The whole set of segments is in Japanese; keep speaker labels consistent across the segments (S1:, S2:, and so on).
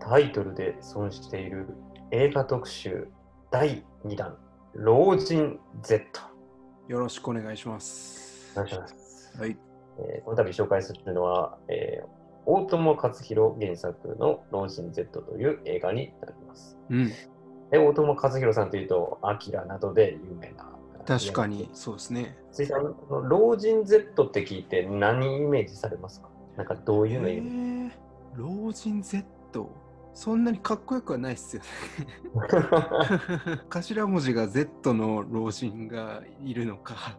S1: タイトルで損している映画特集第2弾、老人 Z。
S2: よろしくお願いします。
S1: お願いします。
S2: はい。
S1: えーこの度紹介するのは、えー大友克洋原作の老人 Z という映画になります。
S2: うん。
S1: で大友克洋さんというと、アキラなどで有名な。
S2: 確かに、。そうですね。
S1: 辻さん、この老人 Z って聞いて何イメージされますかなんかどういうのイメージ
S2: えー老人 Z。そんなにかっこよくはないっすよね。 頭文字が Z の老人がいるのか、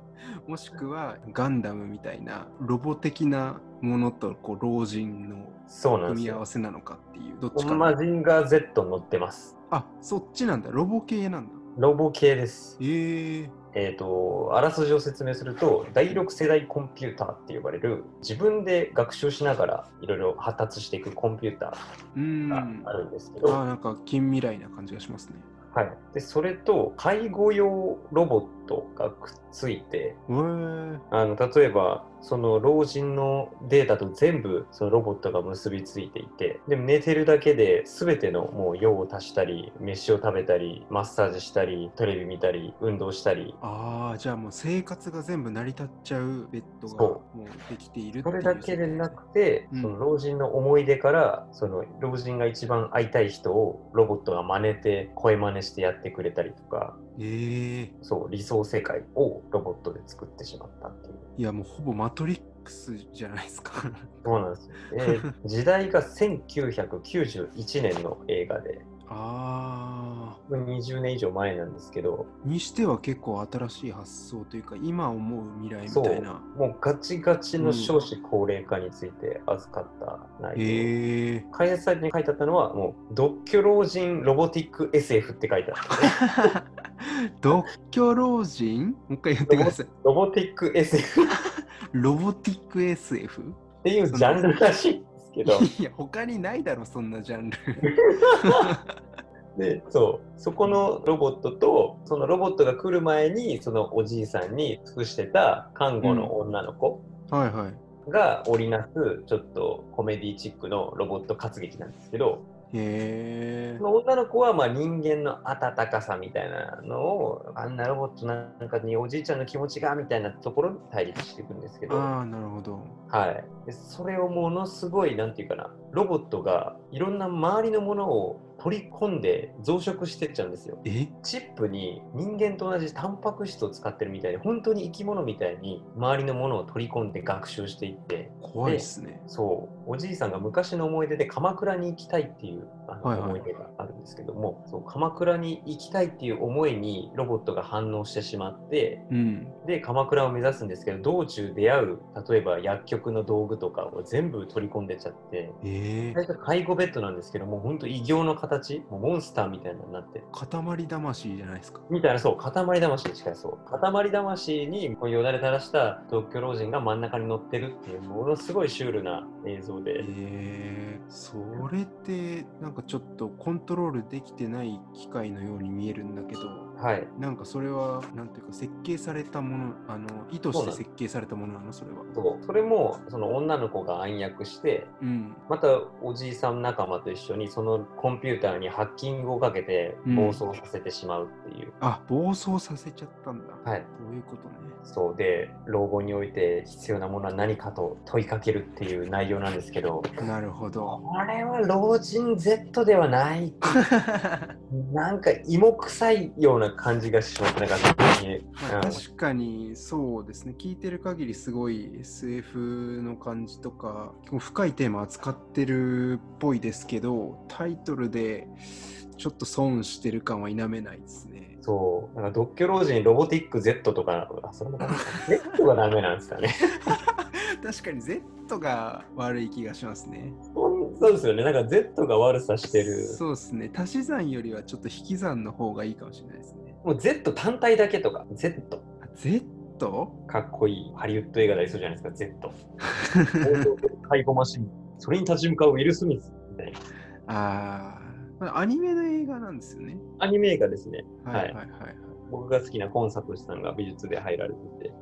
S2: もしくはガンダムみたいなロボ的なものとこう老人の
S1: そうなんで
S2: 組
S1: す
S2: み合
S1: よ
S2: わ。せなのかっていう、どっち
S1: ほ
S2: か
S1: ん
S2: な
S1: まジンガー Z 乗ってます。
S2: あ、そっちなんだ。ロボ系なんだ。
S1: ロボ系です。
S2: ええ
S1: えっ、と、あらすじを説明すると、第6世代コンピューターって呼ばれる、自分で学習しながらいろいろ発達していくコンピュータ
S2: う
S1: ーが
S2: ん。
S1: あ
S2: あ
S1: るんですけど、
S2: ー、なんか近未来な感じがしますね。
S1: はい、でそれと介護用ロボットがくっついて、
S2: えー、
S1: あの例えばその老人のデータと全部そのロボットが結びついていてでも寝てるだけで全てのもう用を足したり飯を食べたりマッサージしたりテレビ見たり運動したり
S2: ああ、じゃあもう生活が全部成り立っちゃうベッドが
S1: そ
S2: もうできているっ
S1: そ
S2: ていう
S1: れだけでなくて、
S2: うん
S1: その老人の思い出からその老人が一番会いたい人をロボットが真似て声真似してやってくれたりとか
S2: ええ
S1: そう理想世界をロボットで作ってしまったっていう。
S2: いやもうほぼマトリックスじゃないですか。
S1: そうなんですよ。えー時代が1991年の映画で、
S2: ああ。
S1: 20年以上前なんですけど、
S2: にしては結構新しい発想というか今思う未来みたいな。
S1: もうガチガチの少子高齢化について預かった内容。
S2: え え
S1: 開発サイトに書いてあったのは、もう、独居老人ロボティック SF って書いてあった、 ね。
S2: 独居老人もう一回言ってください。
S1: ロボティック SF っ
S2: ロボティック SF?
S1: ていうジャンルらしいんですけ ど、
S2: いや他にないだろそんなジャンル。
S1: で、そう、そこのロボットと、そのロボットが来る前に、そのおじいさんに尽くしてた看護の女の子、
S2: はいはい。
S1: が織りなすちょっとコメディチックのロボット活劇なんですけど
S2: ええ
S1: その女の子はまあ人間の温かさみたいなのをあんなロボットなんかにおじいちゃんの気持ちがみたいなところに対立していくんですけど、は
S2: ああなるほど。
S1: い、でそれをものすごいなんていうかなロボットがいろんな周りのものを取り込んで増殖してっちゃうんですよ。
S2: え
S1: チップに人間と同じタンパク質を使ってるみたいで本当に生き物みたいに周りのものを取り込んで学習していって
S2: 怖いっすね。
S1: そうおじいさんが昔の思い出で鎌倉に行きたいっていうあの
S2: はいはい
S1: 思い出があるんですけども、そう鎌倉に行きたいっていう思いにロボットが反応してしまって
S2: うん。
S1: で鎌倉を目指すんですけど道中出会う例えば薬局の道具とかを全部取り込んでちゃって
S2: ええ
S1: 最初介護ベッドなんですけどもうほんと異形の形もうモンスターみたいなのになって
S2: 塊魂じゃないですか。
S1: みたいなそう塊魂に近いそう塊魂にこうよだれ垂らした独居老人が真ん中に乗ってるっていうものすごいシュールな映像で。
S2: えー、それってなんかちょっとコントロールできてない機械のように見えるんだけど
S1: はい、
S2: なんかそれはなんていうか設計されたものあの意
S1: そ
S2: 図
S1: う
S2: し
S1: な
S2: て
S1: の
S2: 設計されたものなのそれは
S1: そうそれもその女の子が暗躍して
S2: うん
S1: またおじいさん仲間と一緒にそのコンピューターにハッキングをかけて
S2: うん
S1: 暴走させてしまうっていう、
S2: あ暴走させちゃったんだ
S1: はい
S2: そういうことね
S1: そうで老後において必要なものは何かと問いかけるっていう内容なんですけど
S2: なるほ ど
S1: これは老人 Z ではないなんか芋臭いような感じがしますなんか本当に
S2: まあ
S1: うん
S2: 確かにそうですね聞いてる限りすごい SF の感じとか結構深いテーマ扱ってるっぽいですけどタイトルでちょっと損してる感は否めないですね
S1: そうなんか独居老人ロボティック Z とかなのかなそれも ダメ Z がダメなんですかね
S2: 確かに Z が悪い気がしますね
S1: そうそうですよね。なんか Z が悪さしてる。
S2: そうですね足し算よりはちょっと引き算の方がいいかもしれないですね
S1: もう Z 単体だけとか、Z。
S2: あ Z?
S1: かっこいい。ハリウッド映画でありそうじゃないですか、Z。介護マシン。それに立ち向かうウィル・スミスみたいな。
S2: あーまあアニメの映画なんですよね
S1: アニメ映画ですね。
S2: はい
S1: はい
S2: はいはい、はい、
S1: 僕が好きなコンサートさんが美術で入られてて。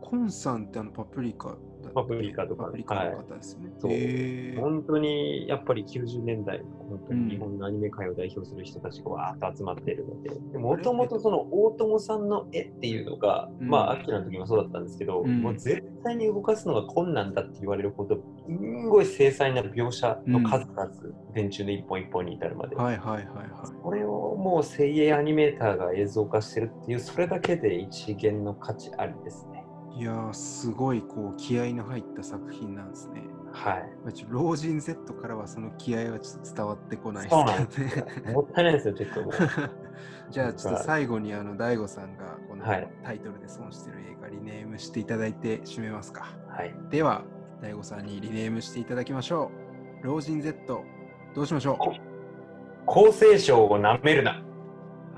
S2: コンさんってあのパプリカだっ方
S1: パプリカとか
S2: パプリカの方ですね。
S1: そう
S2: へー
S1: 本当にやっぱり90年代の本当に日本のアニメ界を代表する人たちがわーっと集まっているのでもともとその大友さんの絵っていうのが、
S2: うん
S1: まあ秋の時もそうだったんですけど、
S2: うん
S1: もう絶対に動かすのが困難だって言われるほどすんごい精細な描写の数々、電柱の一本一本に至るまで。
S2: はいはいはいは
S1: これをもう精鋭アニメーターが映像化してるっていうそれだけで一元の価値ありですね。
S2: い。いやー、すごいこう気合の入った作品なんですね。
S1: はい。
S2: まあちょ老人 Z からはその気合はちょっと伝わってこない
S1: そうなんで
S2: ですけど ね。
S1: もったいないですよ、ちょっともう。
S2: じゃあちょっと最後にあの大悟さんがこの
S1: はい
S2: タイトルで損してる映画リネームしていただいて締めますか。
S1: はい。
S2: では大悟さんにリネームしていただきましょう。老人 Z どうしましょう
S1: 厚生省をなめるな。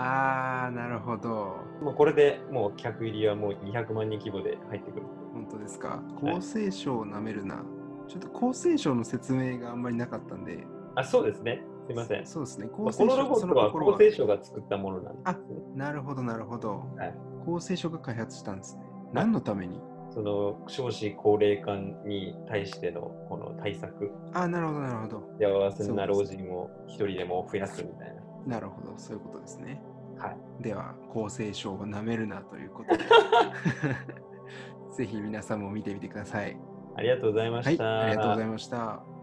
S2: あーなるほど。
S1: もうこれでもう客入りはもう200万人規模で入ってくる。
S2: 本当ですか。厚生省をなめるな。ちょっと厚生省の説明があんまりなかったんで。
S1: あ、そうですね。すいません。
S2: そうですね。
S1: まあ
S2: 厚
S1: この
S2: 生
S1: ロ
S2: 省
S1: ボ
S2: そ
S1: ットは
S2: 心
S1: 厚生省が作ったものなんですね。
S2: なるほどなるほど。
S1: はい
S2: 厚生省が開発したんですね。何のために
S1: その少子高齢化に対してのこの対策、
S2: あーなるほどなるほど。
S1: 幸せな老人を一人でも増やすみたいな。
S2: なるほど、そういうことですね。。
S1: はい
S2: では、厚生省をなめるなというこ とで。ぜひ皆さんも見てみてください。
S1: ありがとうございま
S2: はい、
S1: した。
S2: ありがとうございました。